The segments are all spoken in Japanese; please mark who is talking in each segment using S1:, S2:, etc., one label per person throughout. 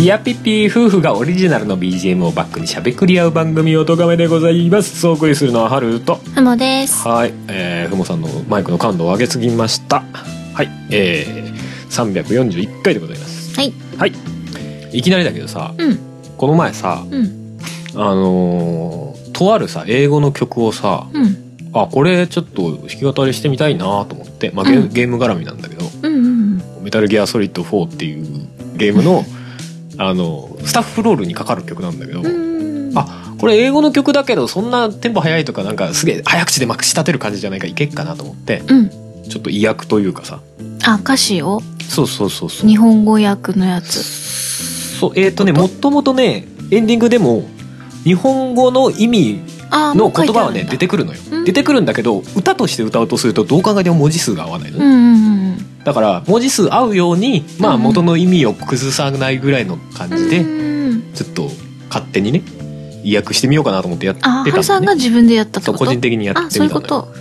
S1: いやピッピー夫婦がオリジナルの BGM をバックにしゃべくり合う番組「おとがめ」でございますお送りするのはハルと
S2: ふもです。
S1: はいえー、ふもさんのマイクの感度を上げすぎましたはいえー、341回でございます
S2: はい。
S1: はいいきなりだけどさ
S2: うん。
S1: この前さ
S2: うん。
S1: あのーとあるさ英語の曲をさ
S2: うん。
S1: あこれちょっと弾き語りしてみたいなと思って、まあ、ゲームゲーム絡みなんだけど
S2: うん。うん。
S1: メタルギアソリッド4っていうゲーム の、あの、スタッフロールにかかる曲なんだけど、
S2: うん。
S1: あ、これ英語の曲だけど、そんなテンポ速いとか、なんかすげえ早口でまくし立てる感じじゃないからいけっかなと思って、
S2: うん。
S1: ちょっと意訳というかさ。
S2: あ、歌詞を
S1: そうそうそうそう。
S2: 日本語訳のやつ。
S1: そう、えっ、とね、もともとね、エンディングでも、日本語の意味
S2: あー、
S1: の言葉はね、出て
S2: く
S1: くるのよ
S2: うん。
S1: 出てくるんだけど、歌として歌おうとすると、どう考えても文字数が合わないのね
S2: うんうんうん。
S1: だから、文字数合うように、まあ、
S2: うん
S1: 元の意味を崩さないぐらいの感じで、
S2: うん
S1: ちょっと勝手にね意訳してみようかなと思ってやってた
S2: あ
S1: ん
S2: ー、
S1: だ
S2: ハルさ
S1: よ
S2: んが
S1: ね
S2: 自分でやったって
S1: そう
S2: こと
S1: 個人的にやってみた
S2: あ、そう
S1: の
S2: いう
S1: よ
S2: こと。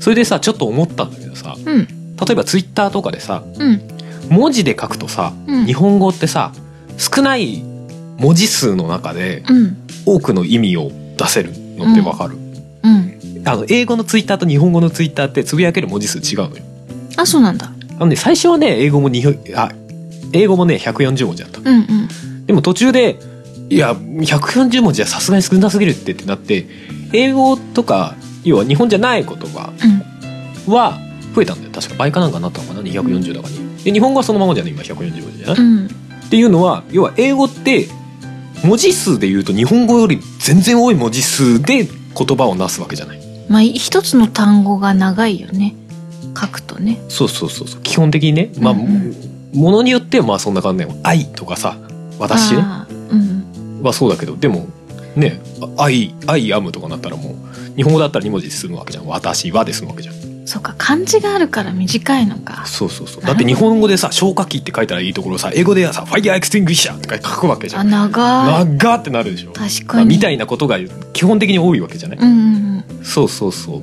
S1: それでさちょっと思ったんだけどさ
S2: うん。
S1: 例えばツイッターとかでさ
S2: うん。
S1: 文字で書くとさ、
S2: うん
S1: 日本語ってさ少ない文字数の中で
S2: うん。
S1: 多くの意味を出せるのってわかる、
S2: うん。
S1: あの英語のツイッターと日本語のツイッターってつぶやける文字数違うのよ
S2: あ、そうなんだ。
S1: あのね最初はね英語もにあ英語もね140文字だった
S2: うんうん。
S1: でも途中でいや140文字はさすがに少なすぎるってってなって英語とか要は日本じゃない言葉
S2: うん。
S1: は増えたんだよ確か倍かなんかになったのかな240だかにで日本語はそのままじゃない今140文字じゃない、
S2: うん。
S1: っていうのは要は英語って文字数で言うと日本語より全然多い文字数で言葉をなすわけじゃない
S2: まあ、一つの単語が長いよね。書くとね。
S1: そうそうそうそう基本的にねまあ、
S2: うんうん
S1: ものによってはまあそんな感じだよ「愛」とかさ「私」ね
S2: あーうん。
S1: はそうだけどでもね「I, I am」とかなったらもう日本語だったら2文字するわけじゃん「私は」でするわけじゃん
S2: そうか、漢字があるから短いのか。
S1: そうそうそうだって日本語でさ「消火器」って書いたらいいところをさ英語ではさ「ファイヤーエクスティングイッシャー」って書くわけじゃ
S2: あ、
S1: ん
S2: 長い。
S1: 長ってなるでしょ
S2: 確
S1: ま
S2: か
S1: あ
S2: に。
S1: みたいなことが基本的に多いわけじゃない、
S2: うんうんうん。
S1: そうそうそう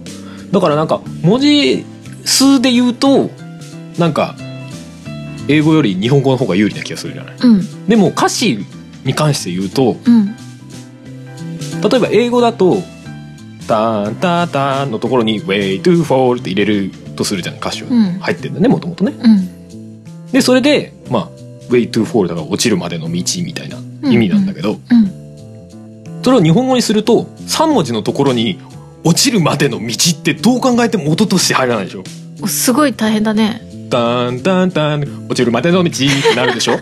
S1: だからなんか文字数で言うとなんか英語より日本語の方が有利な気がするじゃない
S2: うん
S1: でも歌詞に関して言うと
S2: うん
S1: 例えば英語だと「タンタタン」のところに「Way to fall」って入れるとするじゃん歌詞を
S2: うん
S1: 入ってるんだねもともとね
S2: うん
S1: でそれでまあ「Way to fall」だから落ちるまでの道みたいな意味なんだけど、
S2: うん
S1: それを日本語にすると3文字のところに「落ちるまでの道」ってどう考えても音として入らないでしょ
S2: おすごい大変だね
S1: 「タンタンタン落ちるまでの道」ってなるでしょ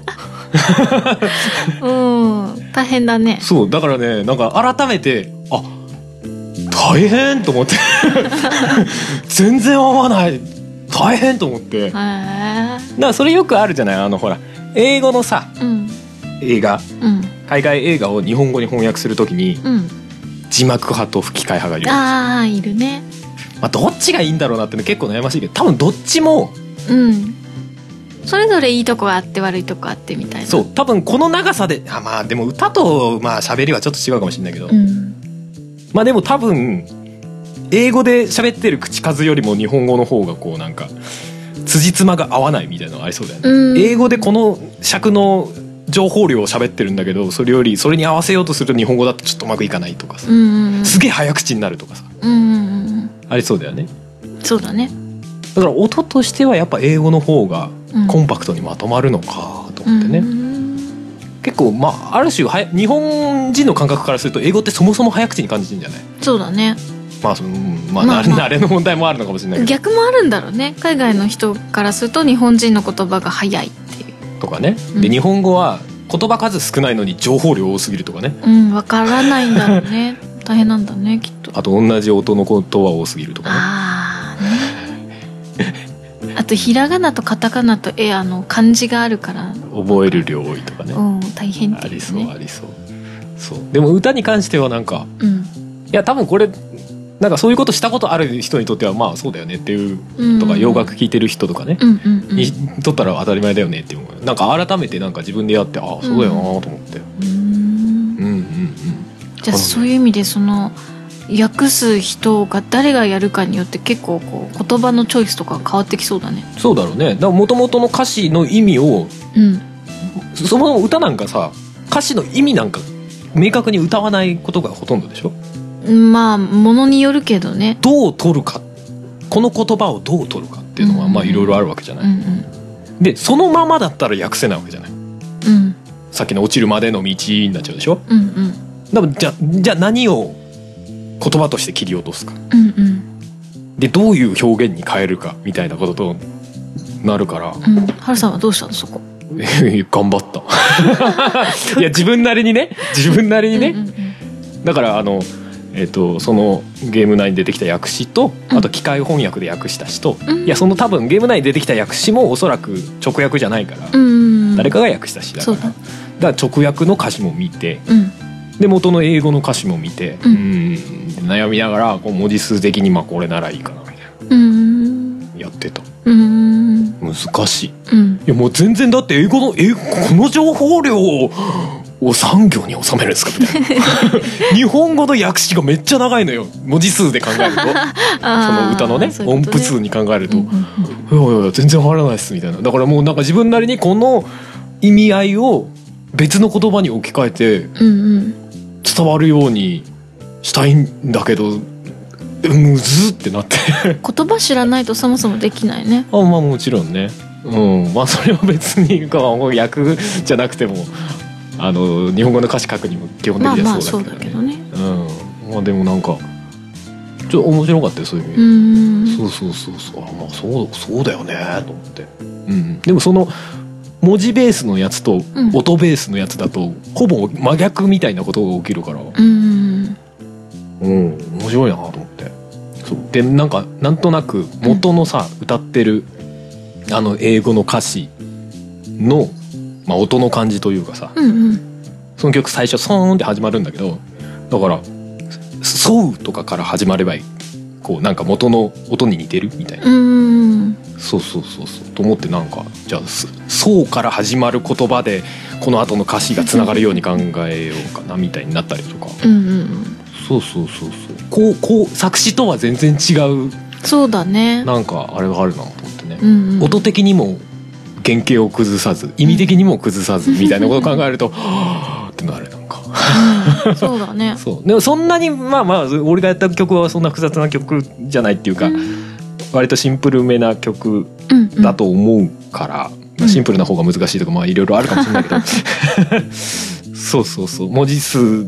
S2: うん大変だね
S1: そうだからねなんか改めてあ大変と思って 全然合わない大変と思って
S2: へ
S1: だ
S2: え
S1: からそれよくあるじゃないあのほら英語のさ
S2: うん
S1: 映画
S2: うん
S1: 海外映画を日本語に翻訳するときに
S2: うん
S1: 字幕派と吹き替え派がいる、ま
S2: ああいるね
S1: あ、どっちがいいんだろうなってね結構悩ましいけど多分どっちも
S2: うんそれぞれいいとこがあって悪いとこあってみたいな
S1: そう多分この長さであまあでも歌とまあ喋りはちょっと違うかもしれないけど、
S2: うん
S1: まあでも多分英語で喋ってる口数よりも日本語の方がこうなんか辻褄が合わないみたいなのがありそうだよね、
S2: うん
S1: 英語でこの尺の情報量を喋ってるんだけどそれよりそれに合わせようとすると日本語だとちょっとうまくいかないとかさ、
S2: うんうん
S1: すげえ早口になるとかさ
S2: うんうん
S1: ありそうだよね
S2: うんそうだね
S1: だから音としてはやっぱ英語の方が
S2: うん
S1: コンパクトにまとまるのかと
S2: う
S1: 思っ
S2: ん
S1: てね、
S2: うん
S1: 結構まあある種はや日本人の感覚からすると英語ってそもそも早口に感じてんじゃない
S2: そうだね
S1: まあその、うんまあ、
S2: まあ
S1: な
S2: まあ
S1: 慣れの問題もあるのかもしれないけ
S2: 逆もあるんだろうね海外の人からすると日本人の言葉が早いっていう
S1: どとかね、
S2: うん
S1: で日本語は言葉数少ないのに情報量多すぎるとかね
S2: うんわからないんだろうね大変なんだねきっと
S1: あと同じ音のことは多すぎるとかね
S2: あ あねあとひらがなとカタカナとエアの漢字があるから
S1: 覚える量多いとかね
S2: うん大変っ
S1: あ
S2: ていう
S1: り
S2: ね
S1: そうありそうそうでも歌に関してはなんか
S2: うん
S1: いや多分これなんかそういうことしたことある人にとってはまあそうだよねっていう
S2: うん
S1: とか洋楽聴いてる人とかね、
S2: うんうんうん
S1: にとったら当たり前だよねっていうのがなんか改めてなんか自分でやってああそうだよなと思って、
S2: う
S1: うん、う
S2: ーん
S1: んうん
S2: じゃあそういう意味でその訳す人が誰がやるかによって結構こう言葉のチョイスとか変わってきそうだね
S1: そうだろうねだからもともとの歌詞の意味を
S2: うん
S1: その歌なんかさ歌詞の意味なんか明確に歌わないことがほとんどでしょ
S2: まあものによるけどね
S1: どう取るかこの言葉をどう取るかっていうのはまあいろいろあるわけじゃ
S2: う
S1: なんい、でそのままだったら訳せないわけじゃない
S2: うんうん
S1: さっきの落ちるまでの道になっちゃうでしょ
S2: うんうん
S1: だからじゃじゃあ何を言葉として切り落とすか
S2: うんうん
S1: でどういう表現に変えるかみたいなこととなるから
S2: うんはるさんはどうしたのそこ
S1: え頑張った いや自分なりにね自分なりにね、
S2: うんうん
S1: だからあのえっとそのゲーム内に出てきた訳詞と
S2: うん
S1: あと機械翻訳で訳した詞と、
S2: うん
S1: いやその多分ゲーム内に出てきた訳詞もおそらく直訳じゃないから、
S2: うんうんうん
S1: 誰かが訳した詞だか
S2: そ
S1: ら
S2: うだ
S1: だから直訳の歌詞も見て
S2: うん
S1: で元の英語の歌詞も見て、
S2: うん
S1: うーん悩みながらこう文字数的にまあこれならいいかなみたいな
S2: うん
S1: やってた
S2: うん
S1: 難しい
S2: うん
S1: いやもう全然だって英語の英語この情報量をを産業に収めるんですかみたいな日本語の訳詞がめっちゃ長いのよ文字数で考えるとその歌のね音符数
S2: に
S1: に考えると「
S2: う
S1: い
S2: んうん
S1: やいやいや全然入らないっす」みたいなだからもうなんか自分なりにこの意味合いを別の言葉に置き換えて
S2: うんうん
S1: 伝わるようにしたいんだけどえむずってなって
S2: 言葉知らないとそもそもできないね
S1: あまあもちろんねうんまあそれは別にまあもう訳じゃなくてもあの日本語の歌詞書くにも基本的
S2: まあ
S1: に
S2: まあ
S1: はそ
S2: そうう
S1: だ
S2: だ
S1: け
S2: け
S1: ど
S2: ど
S1: ね
S2: ね
S1: うんまあでもなんかちょっと面白かったよそういう意
S2: う
S1: 味、
S2: ん
S1: そうそうそうそうあまあそうそうだよねと思って、うんうん、でもその文字ベースのやつと
S2: ん
S1: 音ベースのやつだと、ほぼ真逆みたいなことが起きるから、
S2: うん
S1: うん、面白いなと思ってそうでなんかなんとなく元のさ、歌ってるあの英語の歌詞の、まあ、音の感じというかさ
S2: うんうん
S1: その曲最初ソーンって始まるんだけどだから「ソウ」とかから始まればいいこうなんか元の音に似てるみたいな、
S2: うん
S1: そうそうそうそうと思ってなんかじゃあす「ソウ」から始まる言葉でこの後の歌詞がつながるように考えようかなみたいになったりとか。
S2: うんうん
S1: そうそうそうそうこうこう作詞とは全然違う
S2: そうだね
S1: なんかあれがあるなと思ってね、
S2: うんうん
S1: 音的にも原型を崩さず意味的にも崩さずみたいなことを考えると はぁってなるなんか
S2: うんそうだね
S1: そうでもそんなにまあまあ俺がやった曲はそんな複雑な曲じゃないっていうか、割とシンプルめな曲
S2: うんうん
S1: だと思うから、まあシンプルな方が難しいとかまあいろいろあるかもしれないけどそうそうそう文字数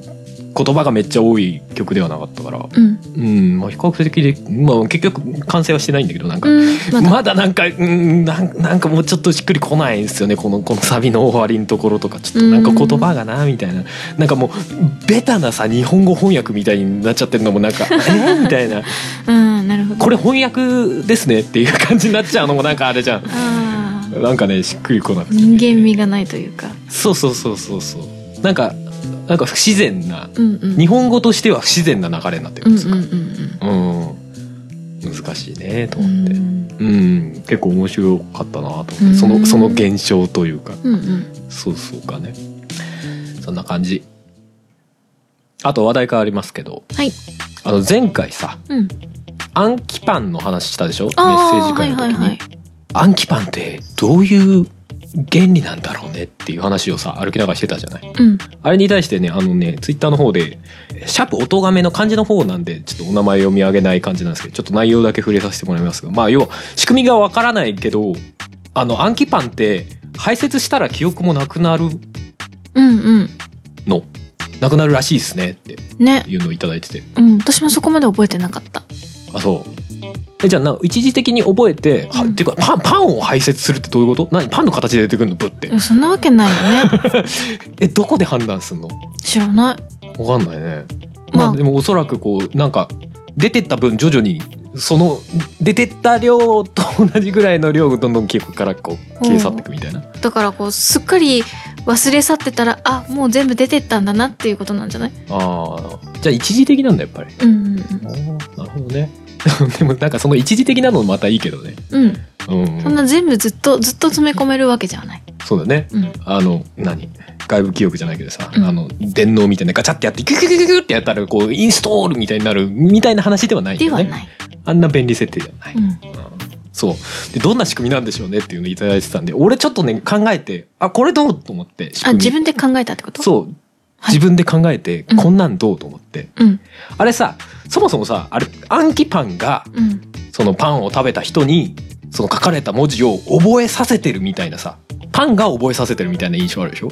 S1: 言葉がめっちゃ多い曲ではなかったから
S2: うん
S1: うん、まあ、比較的で、まあ、結局完成はしてないんだけどなんか、
S2: うん
S1: ま
S2: ま
S1: だ
S2: だ
S1: なんかうんなんなんかもうちょっとしっくりこないんですよねこのこのサビの終わりのところとかちょっとなんか言葉がなみたいななんかもうベタなさ日本語翻訳みたいになっちゃってるのも なんかえーみたいな
S2: うんなるほど
S1: これ翻訳ですねっていう感じになっちゃうのもなんかあれじゃん
S2: あー
S1: なんかねしっくりこなくて
S2: 人間味がないというか
S1: そうそうそうそうそうなんかなんか不自然な
S2: うんうん
S1: 日本語としては不自然な流れになってる
S2: うんん
S1: です
S2: う
S1: か、
S2: んうん
S1: うん、難しいねと
S2: う
S1: 思って、
S2: ん
S1: うん、結構面白かったなと思って、
S2: うん
S1: そのその現象というか
S2: うんうん
S1: そうそうかねそんな感じあと話題変わりますけど
S2: はい
S1: あの前回さ
S2: うん
S1: 暗記パンの話したでしょメッセー
S2: あ
S1: ジ
S2: あは
S1: 会
S2: い
S1: の時
S2: はい
S1: に、
S2: はい
S1: 暗記パンってどういう原理なんだろうねっていう話をさ歩きながらしてたじゃない
S2: うん
S1: あれに対してね、あのね、ツイッターの方で、シャープ音がめの漢字の方なんで、ちょっとお名前読み上げない感じなんですけど、ちょっと内容だけ触れさせてもらいますが、まあ、要は、仕組みがわからないけど、あの、暗記パンって、排泄したら記憶もなくなる
S2: うんうん
S1: の。なくなるらしいですね、って
S2: ね
S1: いうのをいただいてて。
S2: うん私もそこまで覚えてなかった
S1: あ、そう。え、じゃあな、一時的に覚えて、は
S2: うん
S1: てか、パン、パンを排泄するってどういうこと何パンの形で出てくるのぶって
S2: い。やそんなわけないよ ね
S1: え、どこで判断すんの
S2: 知らない
S1: わかんないね。
S2: ま
S1: ま
S2: あ
S1: あ、でもおそらくこうなんか出てった分徐々にその出てった量と同じぐらいの量をどんどん記憶からこう消え去っていくみたいな。
S2: だからこうすっかり忘れ去ってたらあもう全部出てったんだなっていうことなんじゃない
S1: ああじゃあ一時的なんだやっぱり
S2: うんうん
S1: おーなるほどね でもなんかその一時的なのまたいいけどね
S2: うんう
S1: う
S2: ん
S1: ん、うん
S2: そんな全部ずっとずっと詰め込めるわけじゃない
S1: そうだね
S2: うん
S1: あの何外部記憶じゃないけどさ、
S2: うん
S1: あの電脳みたいなガチャってやってキュキュキュキュキュってやったらこうインストールみたいになるみたいな話ではない
S2: で
S1: よ
S2: は
S1: ね
S2: ない、
S1: あんな便利設定じゃない、
S2: うん
S1: そうでどんな仕組みなんでしょうねっていうのをいただいてたんで俺ちょっとね考えてあこれどうと思って仕
S2: あ
S1: 組み
S2: 自分で考えたってこと
S1: そう、
S2: はい
S1: 自分で考えて
S2: うん
S1: こんなんどうと思って、
S2: うん
S1: あれさそもそもさあれアンキパンが
S2: うん
S1: そのパンを食べた人にその書かれた文字を覚えさせてるみたいなさパンが覚えさせてるみたいな印象あるでしょ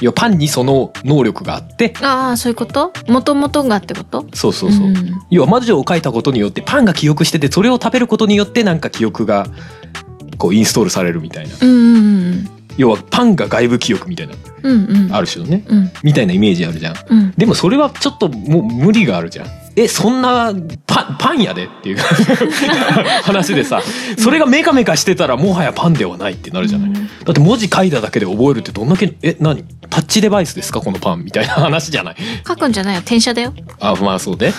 S1: いやパンにその能力があって
S2: ああそういうこともともとがってこと
S1: そうそうそう、
S2: ん
S1: 要は魔女を書いたことによってパンが記憶しててそれを食べることによってなんか記憶がこうインストールされるみたいな
S2: うんうん
S1: 要はパンが外部記憶みたいな
S2: うんうんうん
S1: ある種のね
S2: うん
S1: みたいなイメージあるじゃん
S2: うん
S1: でもそれはちょっともう無理があるじゃん。え、そんなパン、パンやでっていう 話でさ、それがメカメカしてたらもはやパンではないってな
S2: あ
S1: るじゃない。
S2: い
S1: だって文字書いただけで覚えるってどんだけ、え、何タッチデバイスですかこのパンみたいな話じゃ ない。
S2: 書くんじゃないよ転写だよ
S1: あ、まあそうね。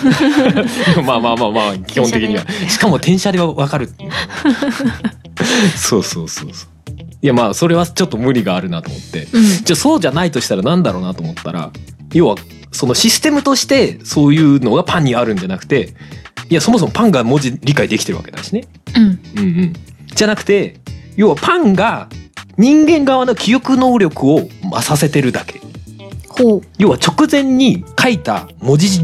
S1: まあまあまあまあ、基本的には
S2: 転。
S1: しかも転写ではわかるって いう。そうそうそうそう。いやまあそれはちょっと無理があるなと思って。
S2: うん
S1: じゃあそうじゃないとしたらなんだろうなと思ったら要はそのシステムとしてそういうのがパンにあるんじゃなくていやそもそもパンが文字理解できてるわけだしね。
S2: うん
S1: うんうん、じゃなくて要はパンが人間側の記憶能力を増させてるだけ。
S2: ほう
S1: 要は直前に書いた文字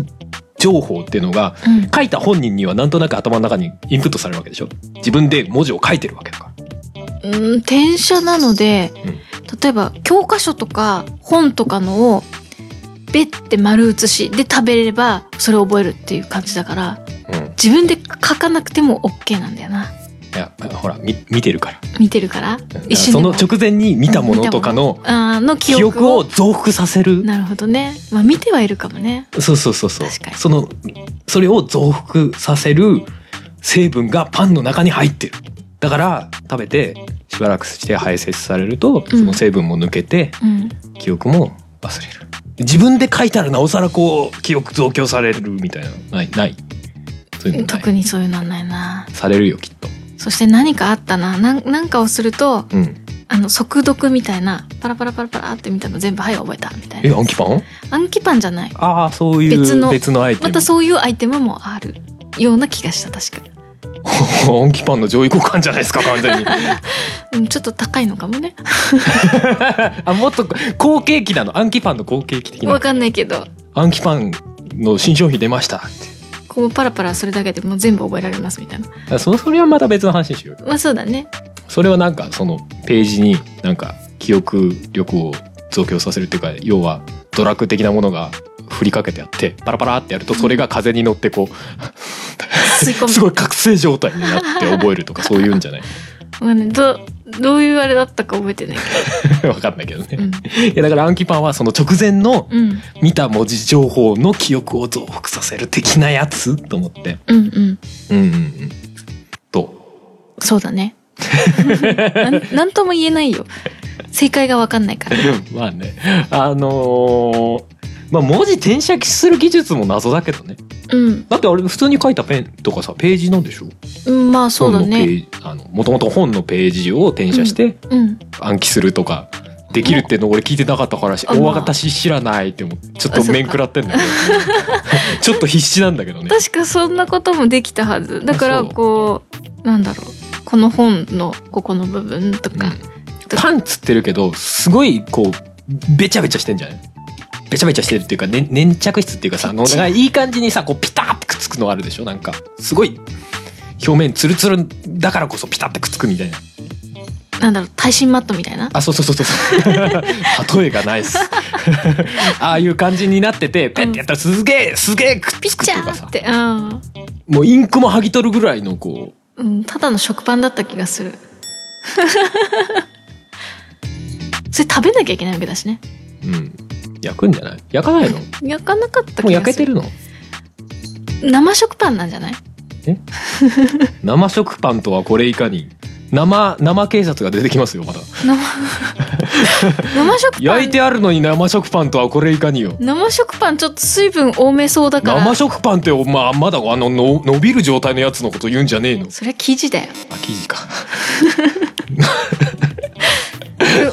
S1: 情報っていうのが
S2: うん
S1: 書いた本人にはなんとなく頭の中にインプットされるわけでしょ自分で文字を書いてるわけだから。
S2: うん転写なので、
S1: うん
S2: 例えば教科書とか本とかのをベッて丸写しで食べれればそれを覚えるっていう感じだから
S1: うん、
S2: 自分で書かなくても OK なんだよない
S1: やほらみ見てるから。
S2: 見てるから一瞬
S1: そ
S2: で
S1: の
S2: も
S1: 直前に見たものとかの
S2: あーの記
S1: 記
S2: 憶
S1: 憶
S2: を
S1: を増幅させる
S2: なるほどねまあ見てはいるかもね
S1: そうそうそうそう
S2: 確かに
S1: そのそれを増幅させる成分がパンの中に入ってるだから食べてしばらくして排泄されると
S2: う
S1: そ
S2: ん
S1: の成分も抜けて
S2: うん
S1: 記憶も忘れる、自分で書いたらなおさらこう記憶増強されるみたいなのないないそういうのな
S2: 特
S1: い
S2: にそういうのはないな
S1: されるよきっと
S2: そして何かあったななんなんかをすると
S1: うん
S2: あの速読みたいなパラパラパラパラって見たの全部はい覚えたみたい
S1: え
S2: な
S1: アンキパン
S2: 暗記パンじゃない
S1: ああそういう
S2: 別の
S1: 別のアイテム
S2: またそういうアイテムもあるような気がした確か
S1: アンキパンの上位互換じゃないですか完全に
S2: うんちょっと高いのかもね
S1: あもっと後継機なのアンキパンの後継機的
S2: わ
S1: な
S2: かんないけど
S1: アンキパンの新商品出ましたって
S2: こうパラパラそれだけでもう全部覚えられますみたいな
S1: あそそれはまた別の話にしようよ
S2: まあそうだね
S1: それはなんかそのページになんか記憶力を増強させるっていうか要はドラッグ的なものが振りかけてあってパラパラってやるとそれが風に乗ってこ
S2: 吸いう
S1: す
S2: 込
S1: ごい覚醒状態になって覚えるとかそういうんじゃない
S2: む、まあね、どどういうあれだったか覚えてない
S1: わかんないけど
S2: け
S1: ね
S2: ど、うん
S1: いやだからアンキパンはその直前の
S2: うん、
S1: 見た文字情報の記憶を増幅させる的なやつと思って
S2: うんうん
S1: うんうんうんと
S2: そうだ ねなんなんとも言えないよ正解がわかんないから
S1: まあねあのーまあ文字転写する技術も謎だけどね
S2: うん
S1: だってあれ普通に書いたペンとかさページのでしょ
S2: うんまあそうだ
S1: 本のペ
S2: ね
S1: ージあのもともと本のページを転写して
S2: うん
S1: 暗記するとかできるっていうの俺聞いてなかったからし
S2: あまあ
S1: 大私知らないって思ってちょっと面食らってん だけどちょっと必死なんだけどね
S2: 確かそんなこともできたはずだから
S1: そう
S2: こうなんだろうこの本のここの部分とか、
S1: うんパンつってるけどすごいこうべちゃべちゃしてんじゃないべちゃべちゃしてるっていうか、ね、粘着質っていうかさあの
S2: べちゃ
S1: いい感じにさこうピタってくっつくのあるでしょなんかすごい表面ツルツルだからこそピタってくっつくみたいな
S2: なんだろう耐震マットみたいな
S1: あそうそうそうそうそう例えがない っすああいう感じになっててペッてやったらすげえすげえくっ
S2: ピ
S1: つ
S2: ッ
S1: く
S2: チ
S1: と
S2: ャ
S1: か
S2: ー
S1: さ
S2: って、うん
S1: もうインクも剥ぎ取るぐらいのこう
S2: うん、ただの食パンだった気がする それ食べなきゃいけないわけだしね
S1: うん焼くんじゃない焼かないのも
S2: 焼かなかった気がする
S1: う焼けてるの
S2: 生食パンなんじゃない
S1: 生食パンとはこれいかに生生警察が出てきますよまだ
S2: 生 生食パン
S1: 焼いてあるのに生食パンとはこれいかによ
S2: 生食パンちょっと水分多めそうだから
S1: 生食パンっておまあ、まだあのの伸びる状態のやつのこと言うんじゃねえの
S2: それは生地だよ
S1: あ生地か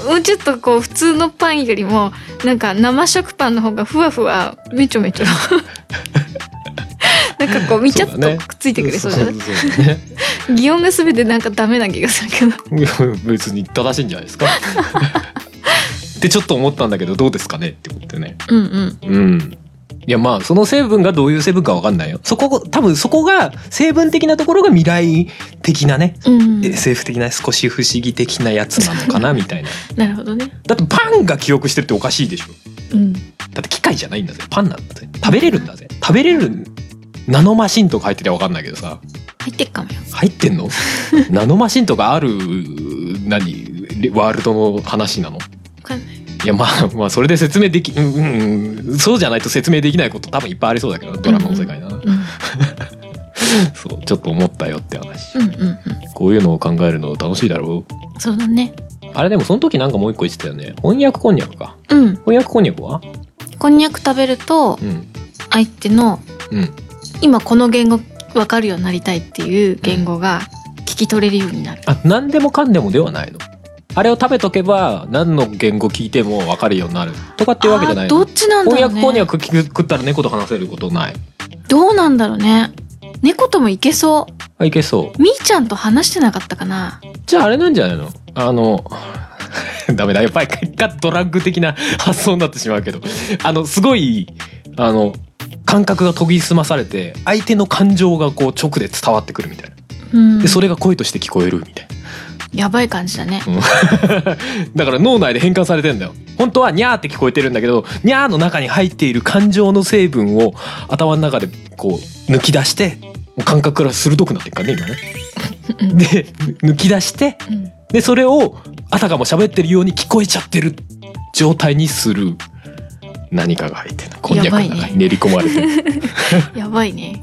S2: もうちょっとこう普通のパンよりもなんか生食パンの方がふわふわめち ょめちょなんかこうみちゃっと
S1: そうだね
S2: くっついてくれそうじゃない、
S1: そうそうそうね
S2: 擬音が全てなんかダメな気がするけど
S1: 別に正しいんじゃないです かってちょっと思ったんだけどどうですかねってことでね
S2: うんうん
S1: うん。いやまあその成分がどういう成分かわかんないよ。そこ多分そこが成分的なところが未来的なね、
S2: うん、
S1: SF 的な少し不思議的なやつなのかなみたい な。
S2: なるほどね。
S1: だってパンが記憶してるっておかしいでしょ。
S2: うん。
S1: だって機械じゃないんだぜ。パンなんだぜ。食べれるんだぜ。食べれるナノマシンとか入っててわかんないけどさ。
S2: 入ってっかもよ。
S1: 入ってん のナノマシンとかある何レワールドの話なの
S2: わかんない。
S1: いやまあまあそれで説明でき、うんうんうん、そうじゃないと説明できないこと多分いっぱいありそうだけどドラマの世界な、
S2: う
S1: そうちょっと思ったよって話
S2: んうんうんうん。
S1: こういうのを考えるの楽しいだろう
S2: そうだね。
S1: あれでもその時なんかもう一個言ってたよね翻訳こんにゃくか
S2: うん。
S1: 翻訳こんにゃくは
S2: こんにゃく食べると
S1: うん
S2: 相手の
S1: うん
S2: 今この言語わかるようになりたいっていう言語が聞き取れるようになる。
S1: あ何でもかんでもではないのあれを食べとけば何の言語聞いても分かるようになるとかっていうわけじゃな
S2: あ
S1: い
S2: ー
S1: の
S2: どっちなんだ
S1: 翻
S2: ろう
S1: 訳こんに
S2: ね
S1: ゃ。く聞く食ったら猫と話せることない
S2: どうなんだろうね。猫ともいけそ
S1: あいけそう
S2: う。みーちゃんと話してなかったかな。
S1: じゃああれなんじゃないのあの ダメだやっぱり結果ドラッグ的な発想になってしまうけどあのすごいあの感覚が研ぎ澄まされて相手の感情がこう直で伝わってくるみたいな
S2: うん
S1: で。それが声として聞こえるみたい
S2: やばい感じだね。
S1: なだから脳内で変換されてんだよ本当はニャーって聞こえてるんだけどニャーの中に入っている感情の成分を頭の中でこう抜き出してもう感覚から鋭くなってるからね今ね
S2: うん
S1: で抜き出して
S2: うん。
S1: でそれをあたかも喋ってるように聞こえちゃってる状態にする何かが入ってるこんにゃくの
S2: やば
S1: 中
S2: い
S1: に
S2: ね
S1: 練り込まれてる
S2: やばいね。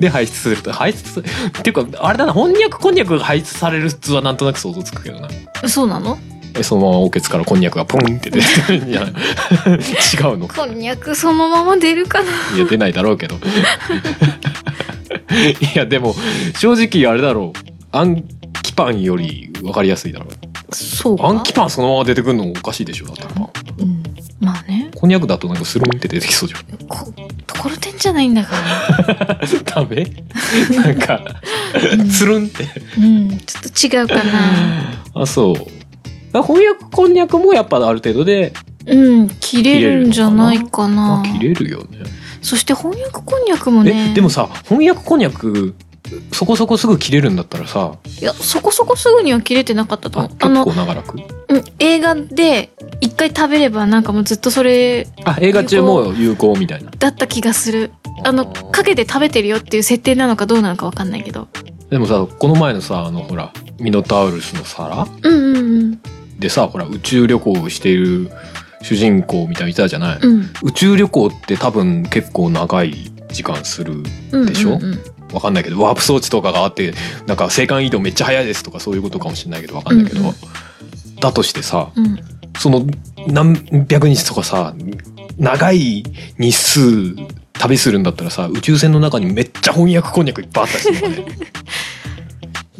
S1: で排出すると排出すっていうかあれだな翻訳こんにゃくが排出される普通はなんとなく想像つくけどな
S2: そうなの
S1: えそのままおけつからこんにゃくがポンって出てるんじゃない違うの
S2: こんにゃくそのまま出るかな。
S1: いや出ないだろうけどいやでも正直あれだろうアンキパンより分かりやすいだろう
S2: そうか。
S1: アンキパンそのまま出てくるのおかしいでしょだってやっぱ
S2: うん。まあね。
S1: こんにゃくだとなんかスルンって出てきそう じゃん
S2: こ、ところてんじゃないんだから。
S1: ダメ なんか、 つるんって。
S2: うん、ちょっと違うか な。
S1: あ、そう。あ翻訳こんにゃくもやっぱある程度で、
S2: うん、切れるんじゃない
S1: ま
S2: かな
S1: あ、。切れるよね。
S2: そして翻訳こんにゃくもね。
S1: え、でもさ、翻訳こんにゃく、そこそこすぐ切れるんだったらさ、
S2: いや、そこそこすぐには切れてなかったと
S1: あ
S2: 思う。あ
S1: 結
S2: の、
S1: 構長らく。
S2: うん映画で一回食べればなんかもうずっとそれ
S1: あ、映画中も有効みたいな。
S2: だった気がする。あの、かけて食べてるよっていう設定なのかどうなのかわかんないけど。
S1: でもさ、この前のさ、あの、ほら、ミノタウルスの皿
S2: うんうんうん。
S1: でさ、ほら、宇宙旅行をしている主人公みたいにいたじゃない、
S2: うん。
S1: 宇宙旅行って多分結構長い時間する
S2: うん。
S1: でしょ
S2: うんうん
S1: わかんないけど、ワープ装置とかがあって、なんか青函移動めっちゃ早いですとかそういうことかもしれないけど、わかんないけど、
S2: うんうん
S1: だとしてさ、
S2: うん。
S1: その何百日とかさ、長い日数旅するんだったらさ、宇宙船の中にめっちゃ翻訳こんにゃくいっぱいあったりするのね。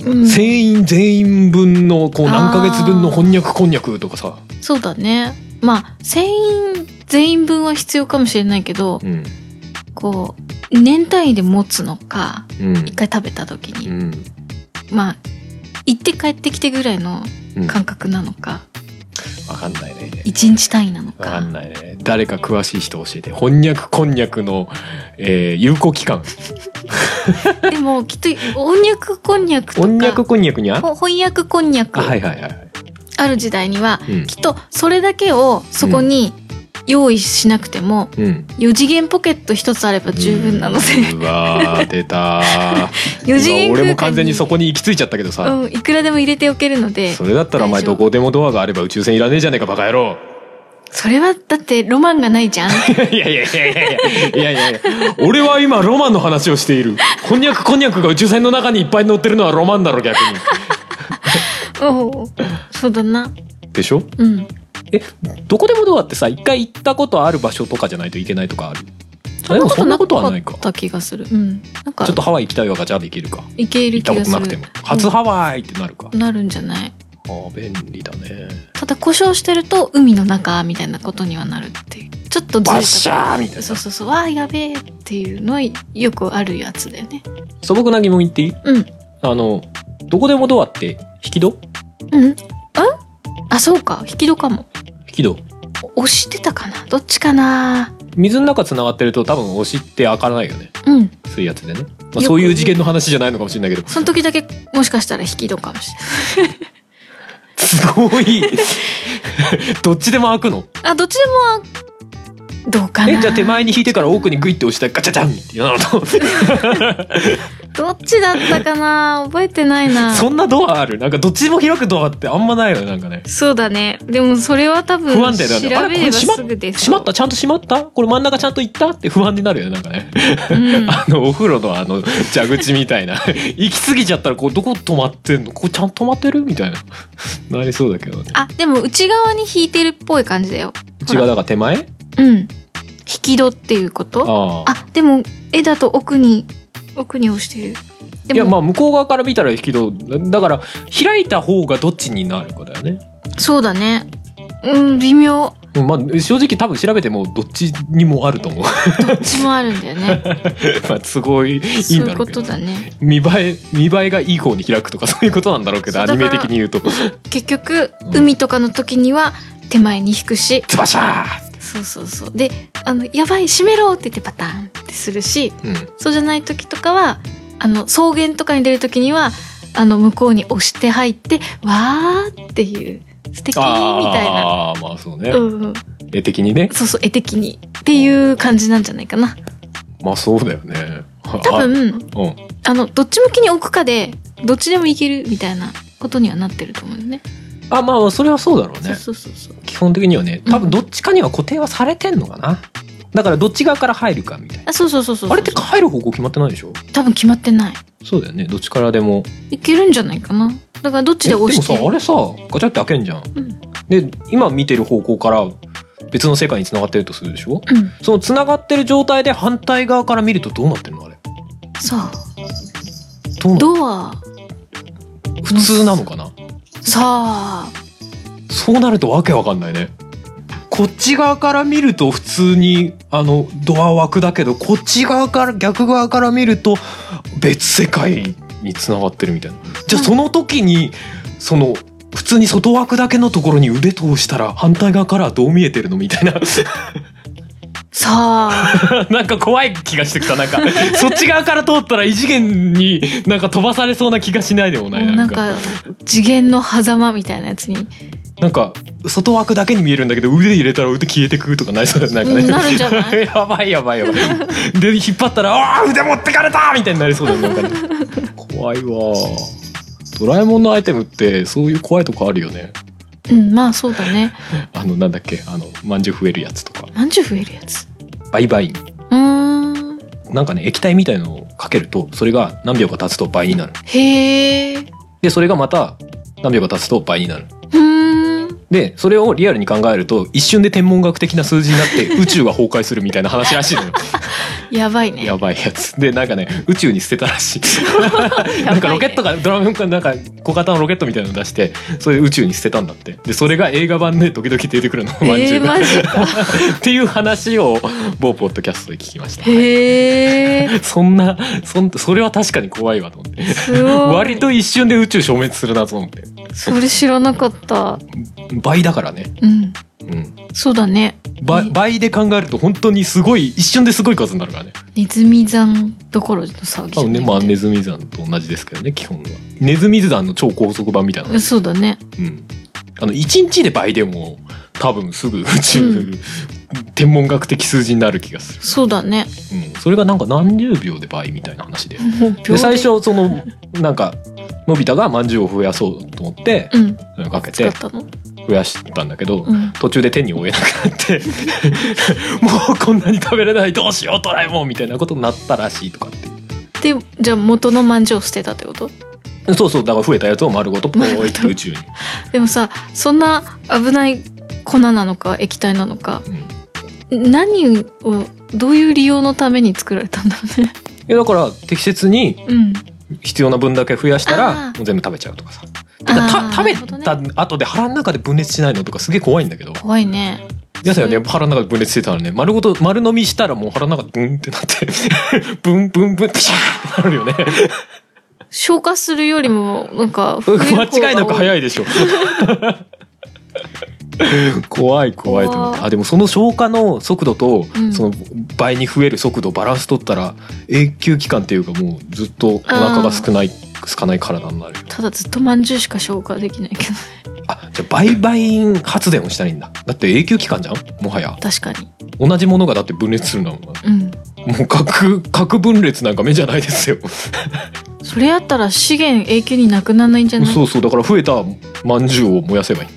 S2: うん
S1: 船員全員分のこう何ヶ月分の翻訳こんにゃくとかさ、
S2: そうだね。まあ、船員全員分は必要かもしれないけど、
S1: うん、
S2: こう、年単位で持つのか、
S1: うん、
S2: 一回食べた時
S1: う
S2: に、
S1: ん。
S2: まあ、行って帰ってきてぐらいの
S1: うん
S2: 感覚なのか、
S1: わかんないね。
S2: 一日単位なの
S1: わか
S2: か
S1: ん。ないね。誰か詳しい人教えて。翻訳こんにゃくの、えー有効期間。
S2: でも、きっと、翻訳こんにゃくとか、
S1: 翻訳こんにゃくにゃ
S2: ほ翻訳こんにゃく
S1: あはいはいはい。
S2: ある時代には、
S1: うん
S2: きっとそれだけをそこに用意しなくても、
S1: うん。
S2: 4次元ポケット一つあれば十分なので、
S1: うわー出たー
S2: 4次元
S1: 今
S2: 空間に
S1: 俺も完全にそこに行き着いちゃったけどさ、
S2: うん、いくらでも入れておけるので、
S1: それだったらお前
S2: 大丈
S1: ど
S2: 夫
S1: こでもドアがあれば宇宙船いらねえじゃねえかバカ野郎
S2: それはだってロマンがないじゃん。
S1: いやいやいやいやいやいやいや俺は今ロマンの話をしているこんにゃくこんにゃくが宇宙船の中にいっぱい乗ってるのはロマンだろ逆に
S2: おうそうだな。
S1: でしょ
S2: うん。
S1: えどこでもドアってさ一回行ったことある場所とかじゃないといけないとかあるあ
S2: ん
S1: で
S2: な
S1: も
S2: こ
S1: そ
S2: と
S1: ん
S2: な
S1: なことは
S2: か
S1: ない
S2: っ
S1: か
S2: た気がするうんなんか
S1: ちょっとハワイ行きたいわがじゃあできるか
S2: いける
S1: 行っ
S2: 気
S1: たこ
S2: が
S1: と
S2: す
S1: なくて
S2: る
S1: も初ハワイってなるか、
S2: なるんじゃない
S1: ああ便利だね
S2: ただ故障してると海の中みたいなことにはなるっていうちょっとずれ
S1: バッ
S2: た
S1: シャーみたいな
S2: そうそうそうわあやべえっていうのよくあるやつだよね
S1: 素朴な疑問言っていい
S2: うん
S1: あのどこでもドアって引き戸
S2: うんんあそうか引き戸かも
S1: 引き戸
S2: 押してたかなどっちかな
S1: 水の中つながってると多分押しって開かないよね
S2: うん
S1: 水圧でね、
S2: よ
S1: まあ、
S2: く
S1: そういう次元の話じゃないのかもしれないけど
S2: その時だけもしかしたら引き戸かもしれ
S1: すごい どっちでも開くの
S2: ないあどっちでもどうかな
S1: えじゃあ手前に引いてから奥にグイッて押したらガチャチャンってなると
S2: どっちだったかな覚えてないな
S1: そんなドアあるなんかどっちでも開くドアってあんまないよねなんかね
S2: そうだねでもそれは多分
S1: 不
S2: 調
S1: 安定だよねあれ
S2: べ
S1: こ
S2: れ
S1: れ
S2: ば
S1: 閉ます
S2: ぐです
S1: 閉まったちゃんと閉まったこれ真ん中ちゃんと行ったって不安になるよねなんかね、
S2: うん
S1: あのお風呂のあの蛇口みたいな 行き過ぎちゃったらこうどこ止まってんのここちゃんと止まってるみたいななりそうだけどね
S2: あでも内側に引いてるっぽい感じだよ
S1: 内側だから手前
S2: うん引き戸っていうこと
S1: ああ
S2: あでも絵だと奥に奥に押してるで
S1: いや
S2: も
S1: まあ向こう側から見たら引き戸だから開いた方がどっちになるかだよね
S2: そうだねうん微妙
S1: うんまあ正直多分調べてもどっちにもあると思う
S2: どっちもあるんだよね
S1: まあすご いいいんだろうけど
S2: そういうことだね
S1: 見栄え見栄えがいい方に開くとかそういうことなんだろうけど
S2: そう
S1: ア
S2: だ
S1: ニ
S2: から
S1: メ的に言うと
S2: 結局
S1: うん
S2: 海とかの時には手前に引くし
S1: 「つばしゃー!
S2: そうそうそうであのやばい閉めろって言ってパターンってするし」
S1: うん
S2: そうじゃない時とかはあの草原とかに出る時にはあの向こうに押して入ってわーっていう素敵みたいな、
S1: ああまあそうね、
S2: うんうん、
S1: 絵的にね
S2: そうそう絵的にっていう感じなんじゃないかな
S1: まあそうだよね
S2: 多分
S1: あうん
S2: あのどっち向きに置くかでどっちでもいけるみたいなことにはなってると思うよね
S1: あまあそれはそうだろう
S2: そう
S1: ね
S2: そうそうそう
S1: 基本的にはね
S2: うん
S1: 多分どっちかには固定はされてんのかなだからどっち側から入るかみたいな
S2: あそうそうそうそう
S1: あれって入る方向決まってないでしょ
S2: 多分決まってない
S1: そうだよねどっちからでも
S2: いけるんじゃないかなだからどっち
S1: え
S2: で
S1: でも
S2: 押して
S1: さあれさガチャって開けんじゃん、
S2: ん
S1: で今見てる方向から別の世界に繋がってるとするでしょ
S2: うん
S1: その繋がってる状態で反対側から見るとどうなってるのあれ
S2: さ
S1: どう
S2: あ
S1: な
S2: ドア
S1: 普通なのかな
S2: さあ
S1: そうなるとわけわかんないねこっち側から見ると普通にあのドア枠だけどこっち側から逆側から見ると別世界に繋がってるみたいなじゃあその時にその普通に外枠だけのところに腕通したら反対側からはどう見えてるのみたいな
S2: さあ
S1: なんか怖い気がしてきたなんかそっち側から通ったら異次元になんか飛ばされそうな気がしないでもない
S2: もうなんか次元の狭間みたいなやつに
S1: なんか外枠だけに見えるんだけど腕入れたら腕消えてくとかないそうだよなんかね
S2: うんなるんじゃ な
S1: やばいやばいやばいで引っ張ったら「あー腕持ってかれた!」みたいになりそうだよなんかね怖いわドラえもんのアイテムってそういう怖いとこあるよね
S2: うんまあそうだね
S1: あのなんだっけあのまんじゅう増えるやつとか
S2: 何十増えるやつ
S1: バイバイ
S2: うーん
S1: なんかね液体みたいのをかけるとそれが何秒か経つと倍になる
S2: へえう
S1: でそれがまた何秒か経つと倍になる
S2: ーん
S1: でそれをリアルに考えると一瞬で天文学的な数字になって宇宙が崩壊するみたいな話らしいのよ
S2: やばいね
S1: やばいやつでなんかね宇宙に捨てたらしい
S2: やばい
S1: な
S2: ね
S1: んかロケットがドラムかなんか小型のロケットみたいなの出してそれで宇宙に捨てたんだってでそれが映画版で時々出てくるの
S2: え
S1: まんじゅ
S2: ー、
S1: うが
S2: マジか
S1: っていう話を某ポッドキャストで聞きました
S2: へえ
S1: そんなそんそれは確かに怖いわと思って
S2: すごい
S1: 割と一瞬で宇宙消滅するなと思って
S2: それ知らなかった
S1: 倍だからね、
S2: うん
S1: うん、
S2: そうだね
S1: 倍倍で考えると本当にすごい一瞬ですごい数になるからね
S2: ネズミ山どころの騒ぎじ
S1: 多
S2: ゃ
S1: 分
S2: な
S1: ね
S2: い
S1: まあネズミ山と同じですけどね基本はネズミ山の超高速版みたいなの
S2: そうだね
S1: うん、あの1日で倍でも多分すぐ宇宙、
S2: うん
S1: 天文学的数字になる気がす
S2: そうだね
S1: る、うん、それがなんか何十秒で倍みたいな話で
S2: もう秒
S1: で最初そのなんかのび太がまんじゅうを増やそうと思って
S2: うん
S1: かけ
S2: 使ってたの
S1: 増やしたんだけど、
S2: うん
S1: 途中で手に負えなくなって もうこんなに食べれないどうしようドラえもんみたいなことになったらしいとかって
S2: でじゃあ元のまんじゅうを捨てたってこと
S1: そうそうだから増えたやつを丸ごとポイって宇宙に
S2: でもさそんな危ない粉なのか液体なのか
S1: うん
S2: 何をどういう利用のために作られたんだろうね
S1: いやだから適切に
S2: うん
S1: 必要な分だけ増やした
S2: あ
S1: ら
S2: ー
S1: もう全部食べちゃうとかさ
S2: あ
S1: ただ
S2: ー
S1: た
S2: なる
S1: 食
S2: ほど
S1: べ
S2: ね
S1: た後で腹の中で分裂しないのとかすげえ怖いんだけど
S2: 怖いね
S1: 野菜はね腹の中で分裂してたらね丸ごと丸飲みしたらもう腹の中でブンってなって ブンブンブンピシャーってなるよね
S2: 消化するよりもなんか
S1: 間違いなく早
S2: い
S1: いでしょ怖い怖いと思って
S2: 怖
S1: あでもその消化の速度と
S2: うん
S1: その倍に増える速度をバランス取ったら永久期間っていうかもうずっとお腹が少ない少ない体になるよ
S2: ただずっとまんじゅうしか消化できないけど
S1: あじゃあ売買発電をしたらいいんだだって永久期間じゃんもはや
S2: 確かに
S1: 同じものがだって分裂するんだもんな
S2: うん
S1: もう核核分裂なんか目じゃないですよ
S2: それやったら資源永久になくならないんじゃない
S1: そうそうだから増えたまんじゅうを燃やせばいい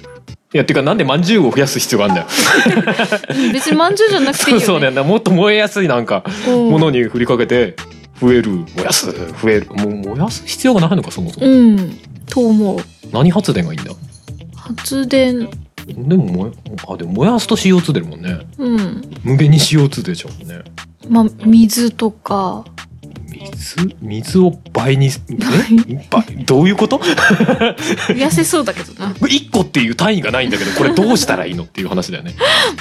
S1: いやてかなんでまんじゅうを増やす必要があるんだよ
S2: 別にまんじゅうじゃなくていい
S1: そ
S2: よ、
S1: う
S2: ね、
S1: そうだよなもっと燃えやすいなんか
S2: こう
S1: ものに振りかけて増える燃やす増えるもう燃やす必要がないのかそもそも、
S2: うんと思う
S1: 何発電がいいんだ
S2: 発電
S1: でも燃えあでも燃やすと CO2 出るもんね
S2: うん
S1: 無限に CO2 出ちゃうもんね
S2: まあ水とか
S1: 水水を倍にえ倍どういうこと
S2: 増やせそうだけどな
S1: 一個っていう単位がないんだけどこれどうしたらいいのっていう話だよね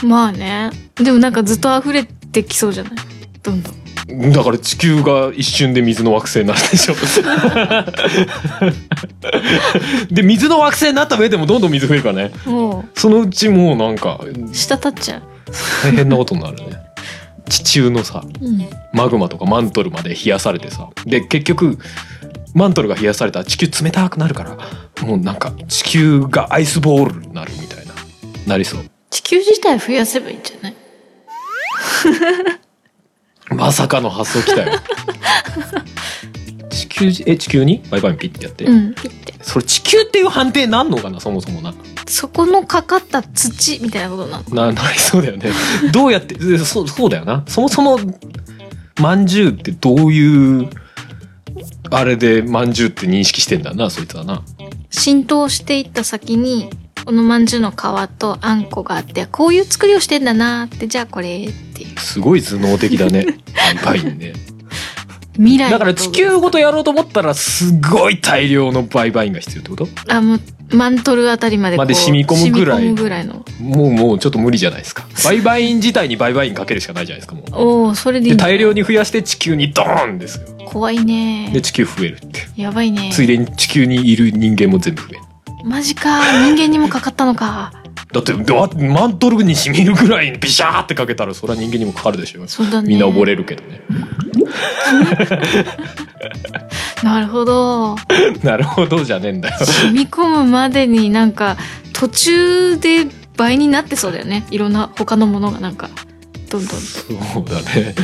S2: まあねでもなんかずっと溢れてきそうじゃないどんどん
S1: だから地球が一瞬で水の惑星になるでしょで水の惑星になった上でもどんどん水増えるからね
S2: も
S1: そのうちもうなんか
S2: う滴っちゃ
S1: 大変なことになるね地中のさ
S2: う、うん、
S1: マグマとかマントルまで冷やされてさで結局マントルが冷やされたら地球冷たくなるからもうなんか地球がアイスボールになるみたいななりそう
S2: 地球自体増やせばいいんじゃない
S1: まさかの発想来たよ地球じえ地球にバイバイピッてやって、
S2: うんピッて
S1: それ地球っていう判定なんのかなそもそもな
S2: そこのかかった土みたいなことな
S1: な
S2: の
S1: なりそうだよねどうやってえそうそうだよなそもそもまんじゅうってどういうあれでまんじゅうって認識してんだなそいつはな
S2: 浸透していった先にこのまんじゅうの皮とあんこがあってこういう作りをしてんだなーってじゃあこれっていう
S1: すごい頭脳的だねバイバイね
S2: 未来
S1: だ
S2: の
S1: から地球ごとやろうと思ったらすごい大量のバイバインが必要ってこと
S2: あもうマントルあたりまでこう
S1: まで染み込むぐらい
S2: 染み込むぐらいの
S1: もうもうちょっと無理じゃないですかバイバイン自体にバイバインかけるしかないじゃないですかもう
S2: おおそれでいい
S1: で
S2: んだ
S1: 大量に増やして地球にドーンですよ
S2: 怖いね
S1: で地球増えるって
S2: やばいね
S1: ついでに地球にいる人間も全部増える
S2: マジか人間にもかかったのか
S1: だってだマントルに染みるぐらいにビシャーってかけたらそれは人間にもかかるでしょ
S2: そうだね
S1: みんな溺れるけどね
S2: なるほど
S1: なるほどじゃねえんだよ
S2: 染み込むまでになんか途中で倍になってそうだよねいろんな他のものがなんかどんどん
S1: そうだね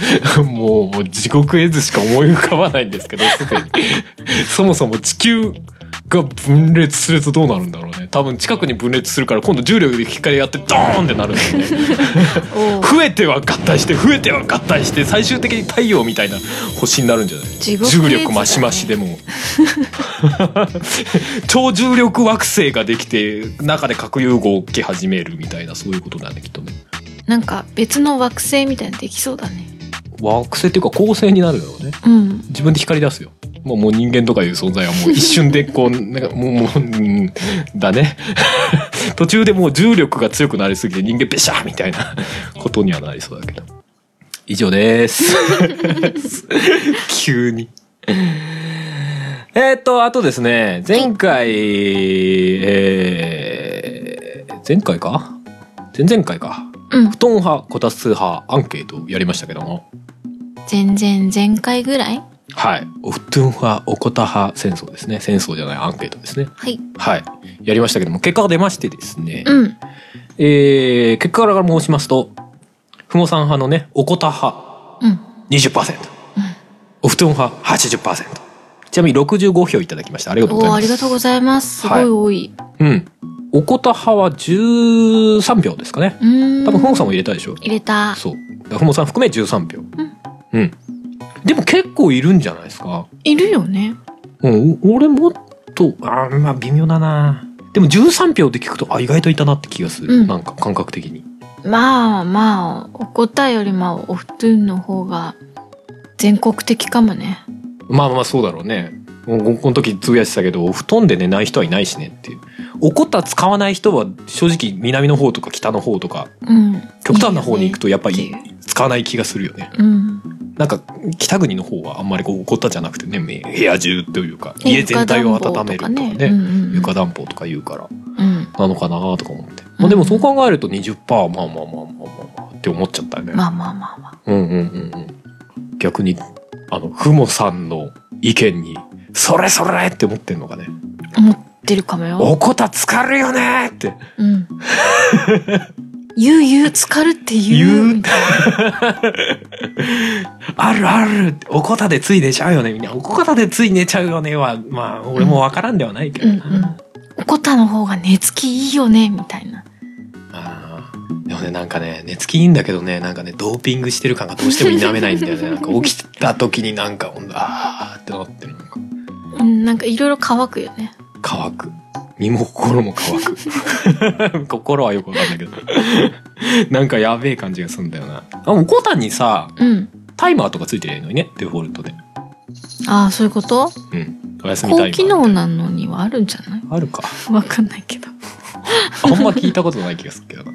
S1: もうもう地獄絵図しか思い浮かばないんですけどすでにそもそも地球が分裂するとどうなるんだろうね多分近くに分裂するから今度重力で引っかけやってドーンってなるんだよね
S2: おお
S1: 増えては合体して増えては合体して最終的に太陽みたいな星になるんじゃない
S2: 地獄絵図
S1: 重
S2: だね
S1: 力増し増しで も超重力惑星ができて中で核融合起き始めるみたいなそういうことだねきっとね
S2: なんか別の惑星みたいなのできそうだね
S1: 惑星っていうか恒星になるだろうね
S2: うん
S1: 自分で光り出すよもうもう人間とかいう存在はもう一瞬でこう なんかもうもう、うん、だね 途中でもう重力が強くなりすぎて人間ペシャーみたいなことにはなりそうだけど以上です 急にえーっとあとですね前回えー、前回か前々回か
S2: うん
S1: 布団派こたつ派アンケートやりましたけども
S2: 全然前回ぐらい
S1: はい。お布団派、おこた派戦争ですね。戦争じゃないアンケートですね。
S2: はい
S1: はい。やりましたけども、結果が出ましてですね。
S2: うん
S1: えー、結果から申しますと、ふもさん派のね、おこた派
S2: うん
S1: 20%、お布団派80%。ちなみに65票いただきました。ありがとうござい
S2: お
S1: ます。
S2: ありがとうご
S1: ざい
S2: ざいますすごい多い、
S1: ます。うん。おこた派は13票ですかね。
S2: うーん
S1: 多分、ふもさんも入れたでしょ。
S2: 入れた
S1: そう。だからふもさん含め13票。
S2: ん
S1: うん。でも結構いるんじゃないですか。
S2: いるよね
S1: うん、お俺もっと、あーまあ微妙だな。でも13票って聞くとあ意外といたなって気がする、
S2: うん
S1: なんか感覚的に
S2: まあまあお答えよりまあお布団の方が全国的かもね
S1: まあまあそうだろうねもうこの時つぶやいてたけどお布団で寝ない人はいないしねっていう怒った使わない人は正直南の方とか北の方とか
S2: うん
S1: 極端な方に行くとやっぱ
S2: いい
S1: り
S2: よねっていう
S1: 使わない気がするよね
S2: うん
S1: なんか北国の方はあんまりこう怒ったじゃなくてねめ部屋中というか家全体を温めるとかね
S2: うんうん
S1: 床暖房とか言うから
S2: うん
S1: なのかなとか思って、まあ、でもそう考えると20%まあまあまあまあまあまあって思っちゃったよね、
S2: まあまあまあまあ
S1: うんうんうんうん逆にあのふもさんの意見に「それそれ!」って思ってんのかね
S2: 思ってるか
S1: 「
S2: もよ
S1: おこたつかるよね!」って
S2: うん 言う言う浸かるって言
S1: 言う
S2: う
S1: あるあるおこたでつい寝ちゃうよねみんなおこたでつい寝ちゃうよねはまあ俺もわからんではないけ
S2: うん
S1: ど
S2: う
S1: な、
S2: んおこたの方が寝つきいいよねみたいな
S1: あーでもねなんかね寝つきいいんだけどねなんかねドーピングしてる感がどうしても否めないんだよねなんか起きた時になんかほんとあーってなってるなんか
S2: うんなんかいろいろ乾くよね
S1: 乾く身も心も乾く 心はよくわかんないけ どなんかやべえ感じがすんだよなあもうコタンにさ
S2: うん
S1: タイマーとかついてりゃいいのにねデフォルトで
S2: ああそういうこと
S1: うんお休みタ
S2: 高
S1: イ
S2: 機
S1: マー
S2: 能なのにはあるんじゃない
S1: あるか
S2: わかんないけど
S1: あんま聞いたことない気がするけどな、ま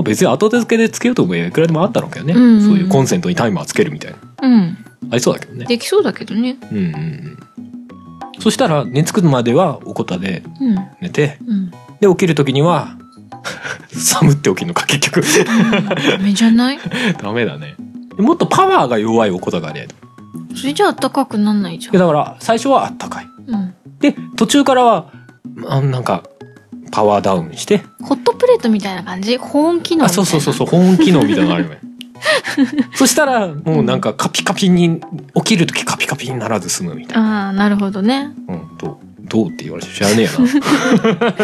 S1: あ、別に後付けでつけようと思えばいくらでもあったのけどね、
S2: うんうんうん
S1: そういうコンセントにタイマーつけるみたいな
S2: うん
S1: ありそうだけどね
S2: できそうだけどね
S1: うんうんうんそしたら寝つくまではおこたで
S2: うん
S1: 寝て
S2: うん
S1: で起きる時には 寒って起きるのか結局
S2: ダメじゃない
S1: ダメだねもっとパワーが弱いおこたがありゃいいと
S2: それじゃあ暖かくなんないじゃ
S1: で
S2: ん
S1: だから最初はあったかい
S2: うん
S1: で途中からはあなんかパワーダウンして
S2: ホットプレートみたいな感じ保温機能
S1: あ
S2: みたい
S1: そうそ
S2: な
S1: うそうそう保温機能みたいなのある よねそしたらもうなんかカピカピに起きる時カピカピにならず済むみたいな
S2: ああなるほどね
S1: うん、どうどうって言われて知らねえよな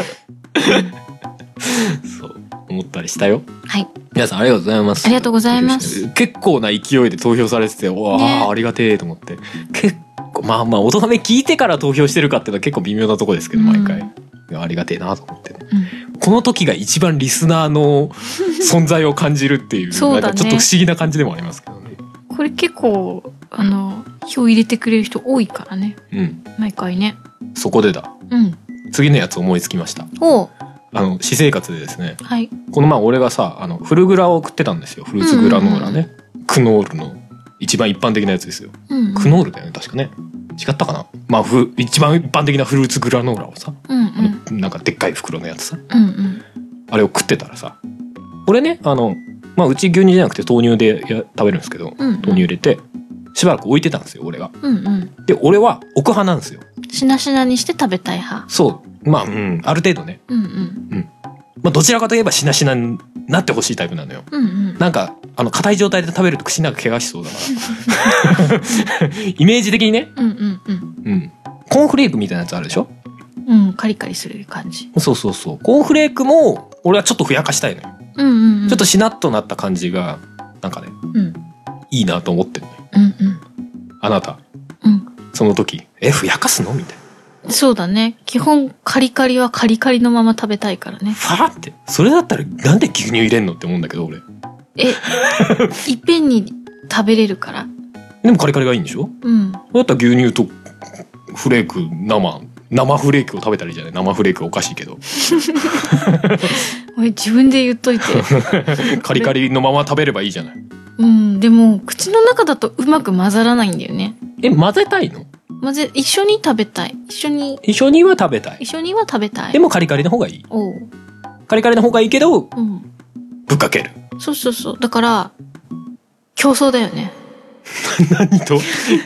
S1: そう思ったりしたよ
S2: はい
S1: 皆さんありがとうございます
S2: ありがとうございます
S1: 結構な勢いで投票されててわあ、
S2: ね
S1: ありがてえと思って結構まあまあ音がめ聞いてから投票してるかっていうのは結構微妙なとこですけど毎回、
S2: うん
S1: いやありがてえなと思ってね
S2: うん
S1: この時が一番リスナーの存在を感じるっていう
S2: そうだ
S1: な
S2: ね
S1: んかちょっと不思議な感じでもありますけどね
S2: これ結構あの票入れてくれる人多いからね
S1: うん
S2: 毎回ね
S1: そこでだ
S2: うん
S1: 次のやつ思いつきました
S2: おう
S1: あの私生活でですね
S2: はい
S1: この前俺がさあのフルグラを食ってたんですよフルーツグラノーラね、クノールの一番一般的なやつですよ
S2: うん
S1: クノールだよね確かね違ったかなまあふ一番一般的なフルーツグラノーラをさ、
S2: うんうんう
S1: あの
S2: ん
S1: なんかでっかい袋のやつさ
S2: うん
S1: あれを食ってたらさ俺ねあの、まあ、うち牛乳じゃなくて豆乳でや食べるんですけど
S2: うんうん
S1: 豆乳入れてしばらく置いてたんですよ俺が
S2: うんうん
S1: で俺は置く派なんですよ
S2: しなしなにして食べたい派
S1: そうまあうんある程度ね、
S2: うんうん
S1: まあ、どちらかといえばしなしなになってほしいタイプなのよ
S2: うんうん
S1: なんか、あの、硬い状態で食べると口なんか怪我しそうだ から。 イメージ的にね。
S2: うんうんうん
S1: うん。コーンフレークみたいなやつあるでしょ
S2: うんカリカリする感じ
S1: そうそうそう。コーンフレークも、俺はちょっとふやかしたいのよ。
S2: うんうんうん
S1: ちょっとしなっとなった感じが、なんかね、
S2: うん
S1: いいなと思ってるのよ。
S2: うんうん
S1: あなた、
S2: うん
S1: その時、え、ふやかすのみたいな。
S2: そうだね基本カリカリはカリカリのまま食べたいからね
S1: ファーって。それだったら、なんで牛乳入れんのって思うんだけど、俺。
S2: えいっぺんに食べれるから
S1: でもカリカリがいいんでしょ
S2: うん
S1: そうだったら牛乳とフレーク、生、生フレークを食べたらいいじゃない生フレークはおかしいけど。
S2: おい自分で言 っといて
S1: カリカリのまま食べればいいじゃない。
S2: うんでも口の中だとうまく混ざらないんだよね
S1: え、混ぜたいの
S2: 混ぜ一緒に食べたい一緒に
S1: 一緒には食べたい
S2: 一。緒には食べたい
S1: でもカリカリの方がいい。
S2: おう
S1: カリカリの方がいいけど、
S2: うん
S1: ぶっかける。
S2: そうそうそうだから競争だよね
S1: 何と、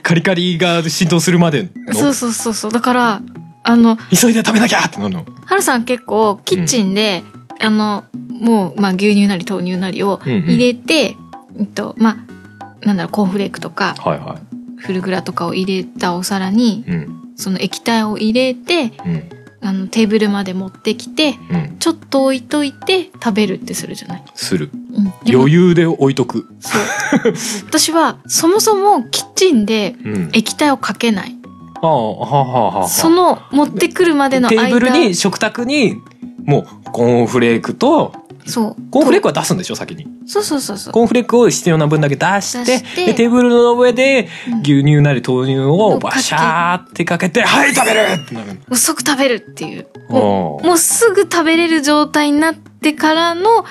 S1: カリカリが浸透するまで
S2: そう
S1: の、
S2: そうそうそうだからあの
S1: 急いで食べなきゃってなるの。
S2: はるさん結構キッチンで、あのもう、まあ、牛乳なり豆乳なりを
S1: うんうん
S2: 入れて、うんとまあなんだろうコーンフレークとか
S1: はいは
S2: フルグラとかを入れたお皿に
S1: い。うん。
S2: その液体を入れて
S1: うん。
S2: あのテーブルまで持ってきて
S1: うん。
S2: ちょっと置いといて食べるってするじゃない、
S1: する。
S2: うん、でも
S1: 余裕で置いとく。
S2: そう私はそもそもキッチンで
S1: うん。
S2: 液体をかけない
S1: ああはあはあはあ
S2: その持ってくるまでの
S1: テ
S2: 間
S1: ーブルに食卓にもうコーンフレークと
S2: そう
S1: コーンフレークは出すんでしょ先に
S2: そうそうそうそう
S1: コーンフレークを必要な分だけ出して
S2: 出して
S1: でテーブルの上で
S2: うん
S1: 牛乳なり豆乳を
S2: かけ
S1: バシャーってかけて「はい食べる!」ってなる
S2: もう即食べるっていうも
S1: お
S2: うもうすぐ食べれる状態になってからの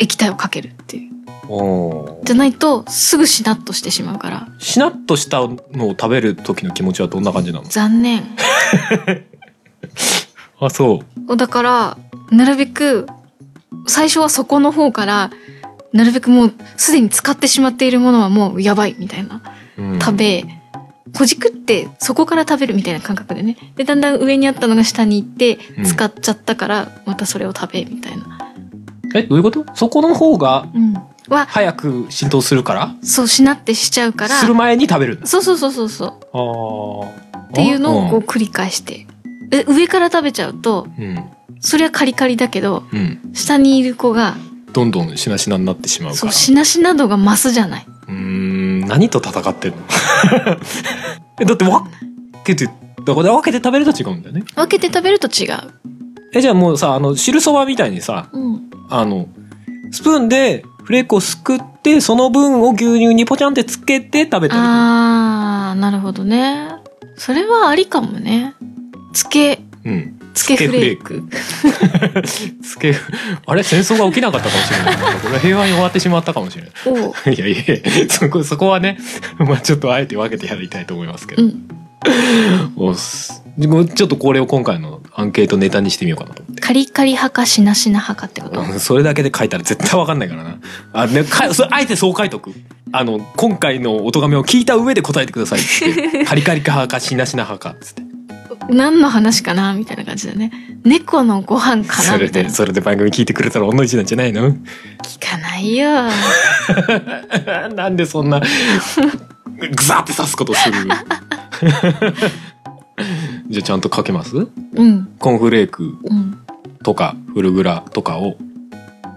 S2: 液体をかけるっていう
S1: お
S2: じゃないとすぐしなっとしてしまうから
S1: しなっとしたのを食べる時の気持ちはどんな感じなの
S2: 残念
S1: あそう
S2: だからなるべく最初はそこの方からなるべくもうすでに使ってしまっているものはもうやばいみたいな
S1: うん
S2: 食べほじくってそこから食べるみたいな感覚でねでだんだん上にあったのが下に行って
S1: うん
S2: 使っちゃったからまたそれを食べみたいな、
S1: えどういうことそこの方が
S2: うん、は
S1: 早く浸透するから
S2: そうしなってしちゃうから
S1: する前に食べるんだ
S2: そうそうそうそうそう
S1: あー
S2: っていうのをこう
S1: う
S2: 繰り返してで上から食べちゃうと
S1: うん
S2: そりゃカリカリだけど
S1: うん
S2: 下にいる子が
S1: どんどんしなしなになってしまうか
S2: そう
S1: ら
S2: しなしな度が増すじゃないう
S1: ーん何と戦ってんの えだって分けてだから分けて食べると違うんだよね
S2: 分けて食べると違う
S1: えじゃあもうさあの汁そばみたいにさ
S2: うん、
S1: あのスプーンでフレークをすくってその分を牛乳にポチャンってつけて食べた
S2: あーなるほどねそれはありかもねつけ
S1: りうん
S2: つけフレーク
S1: つけあれ戦争が起きなかったかもしれないなんかこれは平和に終わってしまったかもしれない
S2: を
S1: いやいやそこ、そこはね、まあちょっとあえて分けてやりたいと思いますけ
S2: う
S1: ど。
S2: ん
S1: おっすでもちょっとこれを今回のアンケートネタにしてみようかなと思って。
S2: カリカリ派かしなしな派かってこと
S1: うんそれだけで書いたら絶対分かんないからな。あ、ね、かそれあえてそう書いとく。あの、今回のおとがめを聞いた上で答えてくださいっつ って。カリカリか派かしなしな派かっつって。
S2: 何の話かなみたいな感じだね猫のご飯かな
S1: それ
S2: みたい
S1: で、
S2: な
S1: それで番組聞いてくれたら女一なんじゃないの
S2: 聞かないよ
S1: なんでそんな、ぐざって刺すことする じゃあちゃんと書けます
S2: うん
S1: コーンフレーク
S2: うん
S1: とかフルグラとかを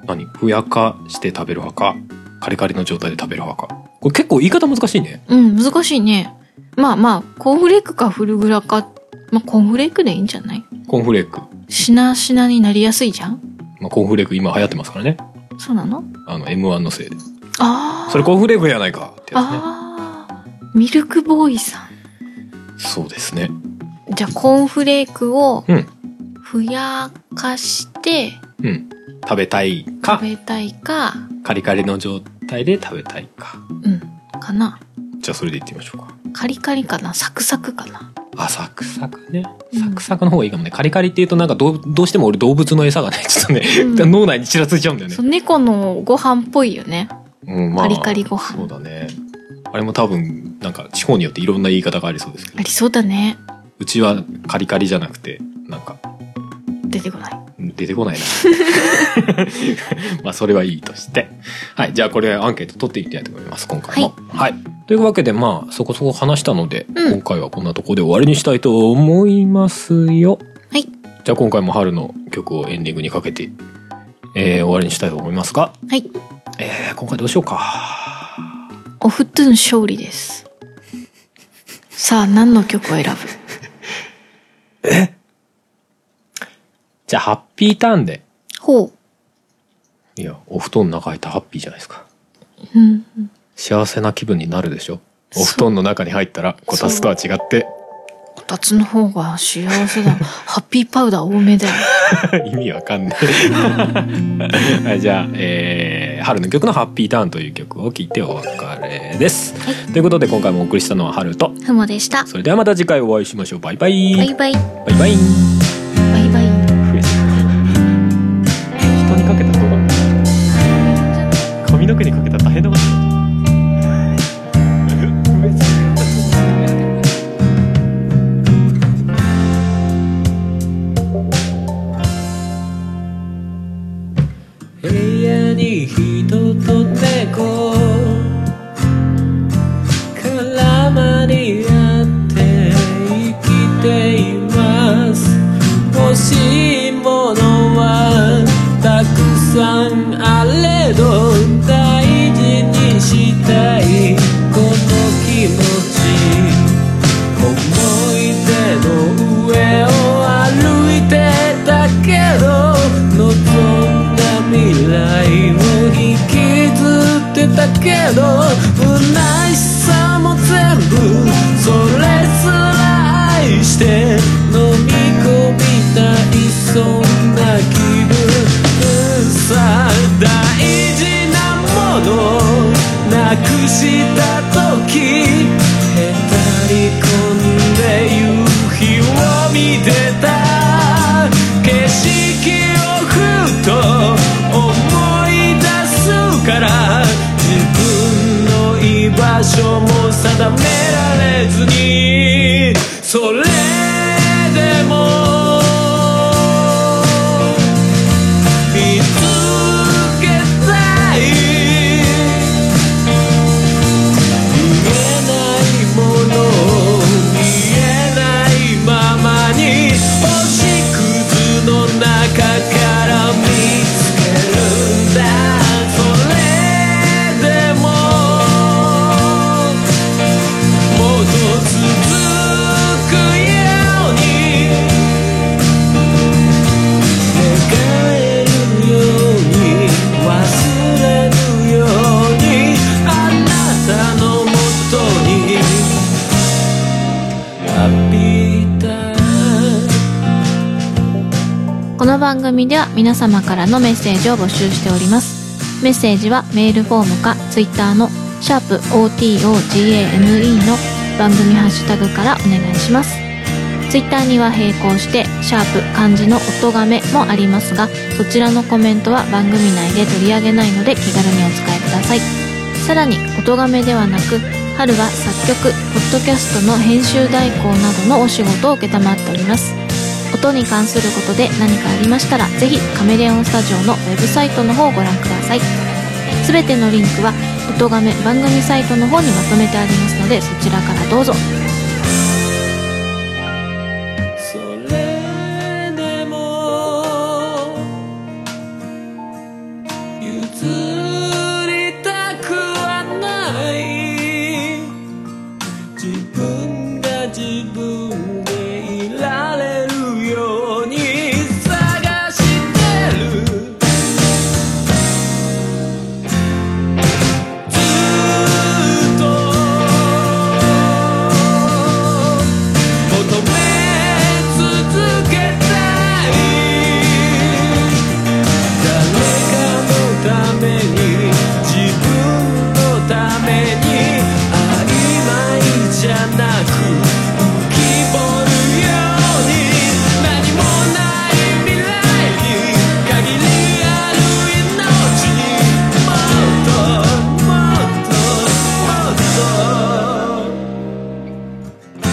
S1: 何ふやかして食べる派かカリカリの状態で食べる派かこれ結構言い方難しいね
S2: うん難しいねまあまあコーンフレークかフルグラかまあコーンフレークでいいんじゃない
S1: コーンフレーク、
S2: しなしなになりやすいじゃん
S1: まあ、コーンフレーク今流行ってますからね
S2: そうなの
S1: あの M1 のせいで
S2: ああ
S1: それコーンフレークやないかってやつね
S2: ああミルクボーイさ
S1: そうですね
S2: んじゃあコーンフレークを
S1: うん
S2: ふやかして
S1: うん食べたいか
S2: 食べたいか
S1: カリカリの状態で食べたいか
S2: うんかな
S1: じゃあそれでいってみましょうか
S2: カリカリかなサクサクかな
S1: あサクサクね
S2: うん
S1: サクサクの方がいいかもね、カリカリっていうとなんかどうどうしても俺動物の餌がねちょっとね、
S2: うん
S1: 脳内にちらついちゃうんだよね
S2: そう猫のご飯っぽいよね
S1: うんまあ
S2: カリカリご飯
S1: そうだねあれも多分なんか地方によっていろんな言い方がありそうですけど
S2: ありそうだね
S1: うちはカリカリじゃなくてなんか
S2: 出てこない
S1: うん出てこない なまあそれはいいとしてはいじゃあこれアンケート取っていきたいと思います今回もはい、というわけでまあそこそこ話したので、
S2: うん
S1: 今回はこんなとこで終わりにしたいと思いますよ
S2: はい
S1: じゃあ今回も春の曲をエンディングにかけて、えー終わりにしたいと思いますが、
S2: はい
S1: えー今回どうしようか
S2: おふトゥン勝利ですさあ何の曲を選ぶ
S1: じゃあハッピーターンで
S2: ほ
S1: いや、お布団の中入ったらハッピーじゃないですか。
S2: ううん
S1: 幸せな気分になるでしょお布団の中に入ったら、こたつとは違って、
S2: こたつの方が幸せ だハッピーパウダー多めだよ
S1: 意味わかんない。はいじゃあ、えー、春の曲のハッピーターンという曲を聴いてお別れです。ということで今回もお送りしたのは春と、
S2: ふもでした
S1: それではまた次回お会いしましょう。バイバイ。
S2: バイバイ
S1: バイ バイ。
S2: バイバイ
S1: 人にかけた動画。髪の毛にかけたら大変だもん。
S3: 部屋に人と猫絡まり合って生きていますした時へたり込んで夕日を見てた景色をふと思い出すから自分の居場所も定められずにそれでも見つけたい見えないもの見えないままに星屑の中から見つけるんだそれでももっと続くように「寝返るように忘れるように」「あなたのもとに浴びた」
S2: この番組では皆様からのメッセージを募集しておりますメッセージはメールフォームかツイッターの「シャープ o t o g a m e の番組ハッシュタグからお願いしますツイッターには並行して「シャープ漢字の音がめ」もありますがそちらのコメントは番組内で取り上げないので気軽にお使いくださいさらに音がめではなく春は作曲ポッドキャストの編集代行などのお仕事を承っております音に関することで何かありましたらぜひカメレオンスタジオのウェブサイトの方をご覧くださいすべてのリンクは音がめ番組サイトの方にまとめてありますのでそちらからどうぞ
S3: 「それでも譲りたくはない」「自分が自分でいられるように探してる」「ずっと」「求め続けたい」「見えない誰かのために自分のために」「曖昧じゃなく浮き彫るように」「何もない未来に限りある命にもっともっとも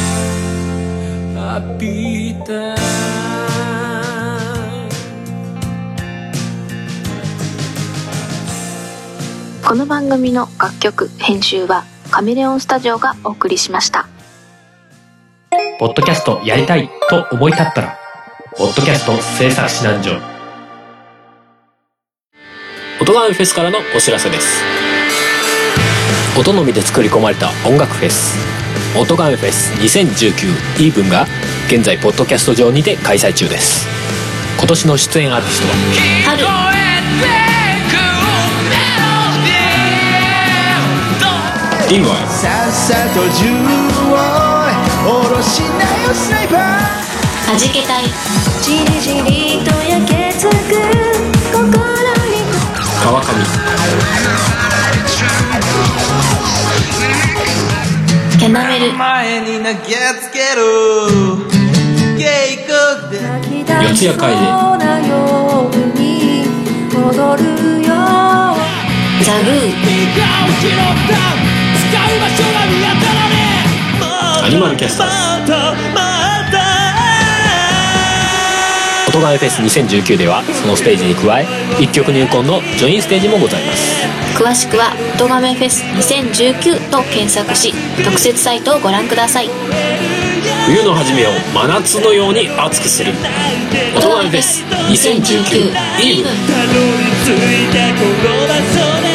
S3: っと」habita.
S2: 「この番組の楽曲編集はカメレオンスタジオがお送りしました
S4: ポッドキャストやりたいと思い立ったら、ポッドキャスト制作指南所。音ガメフェスからのお知らせです。音のみで作り込まれた音楽フェス、音ガメフェス2019イーブンが現在ポッドキャスト上にて開催中です。今年の出演アーティストは、リンゴ
S5: さっさと銃を下ろしなよスナイパー
S6: はじけたい
S7: じりじりと焼けつく心に
S4: 川上、
S6: キャナメル
S5: 前に投げつけるゲイクって
S7: 泣き出しそうなように踊るよ
S6: ザグー
S4: アニマルキャスターズ。音ガメフェス2019ではそのステージに加え一曲入魂のジョインステージもございます
S6: 詳しくは「音ガメフェス2019」と検索し特設サイトをご覧ください
S4: 冬の初めを真夏のように熱くする「音ガメフェス2019イーブン
S3: たどり着いたこの場所で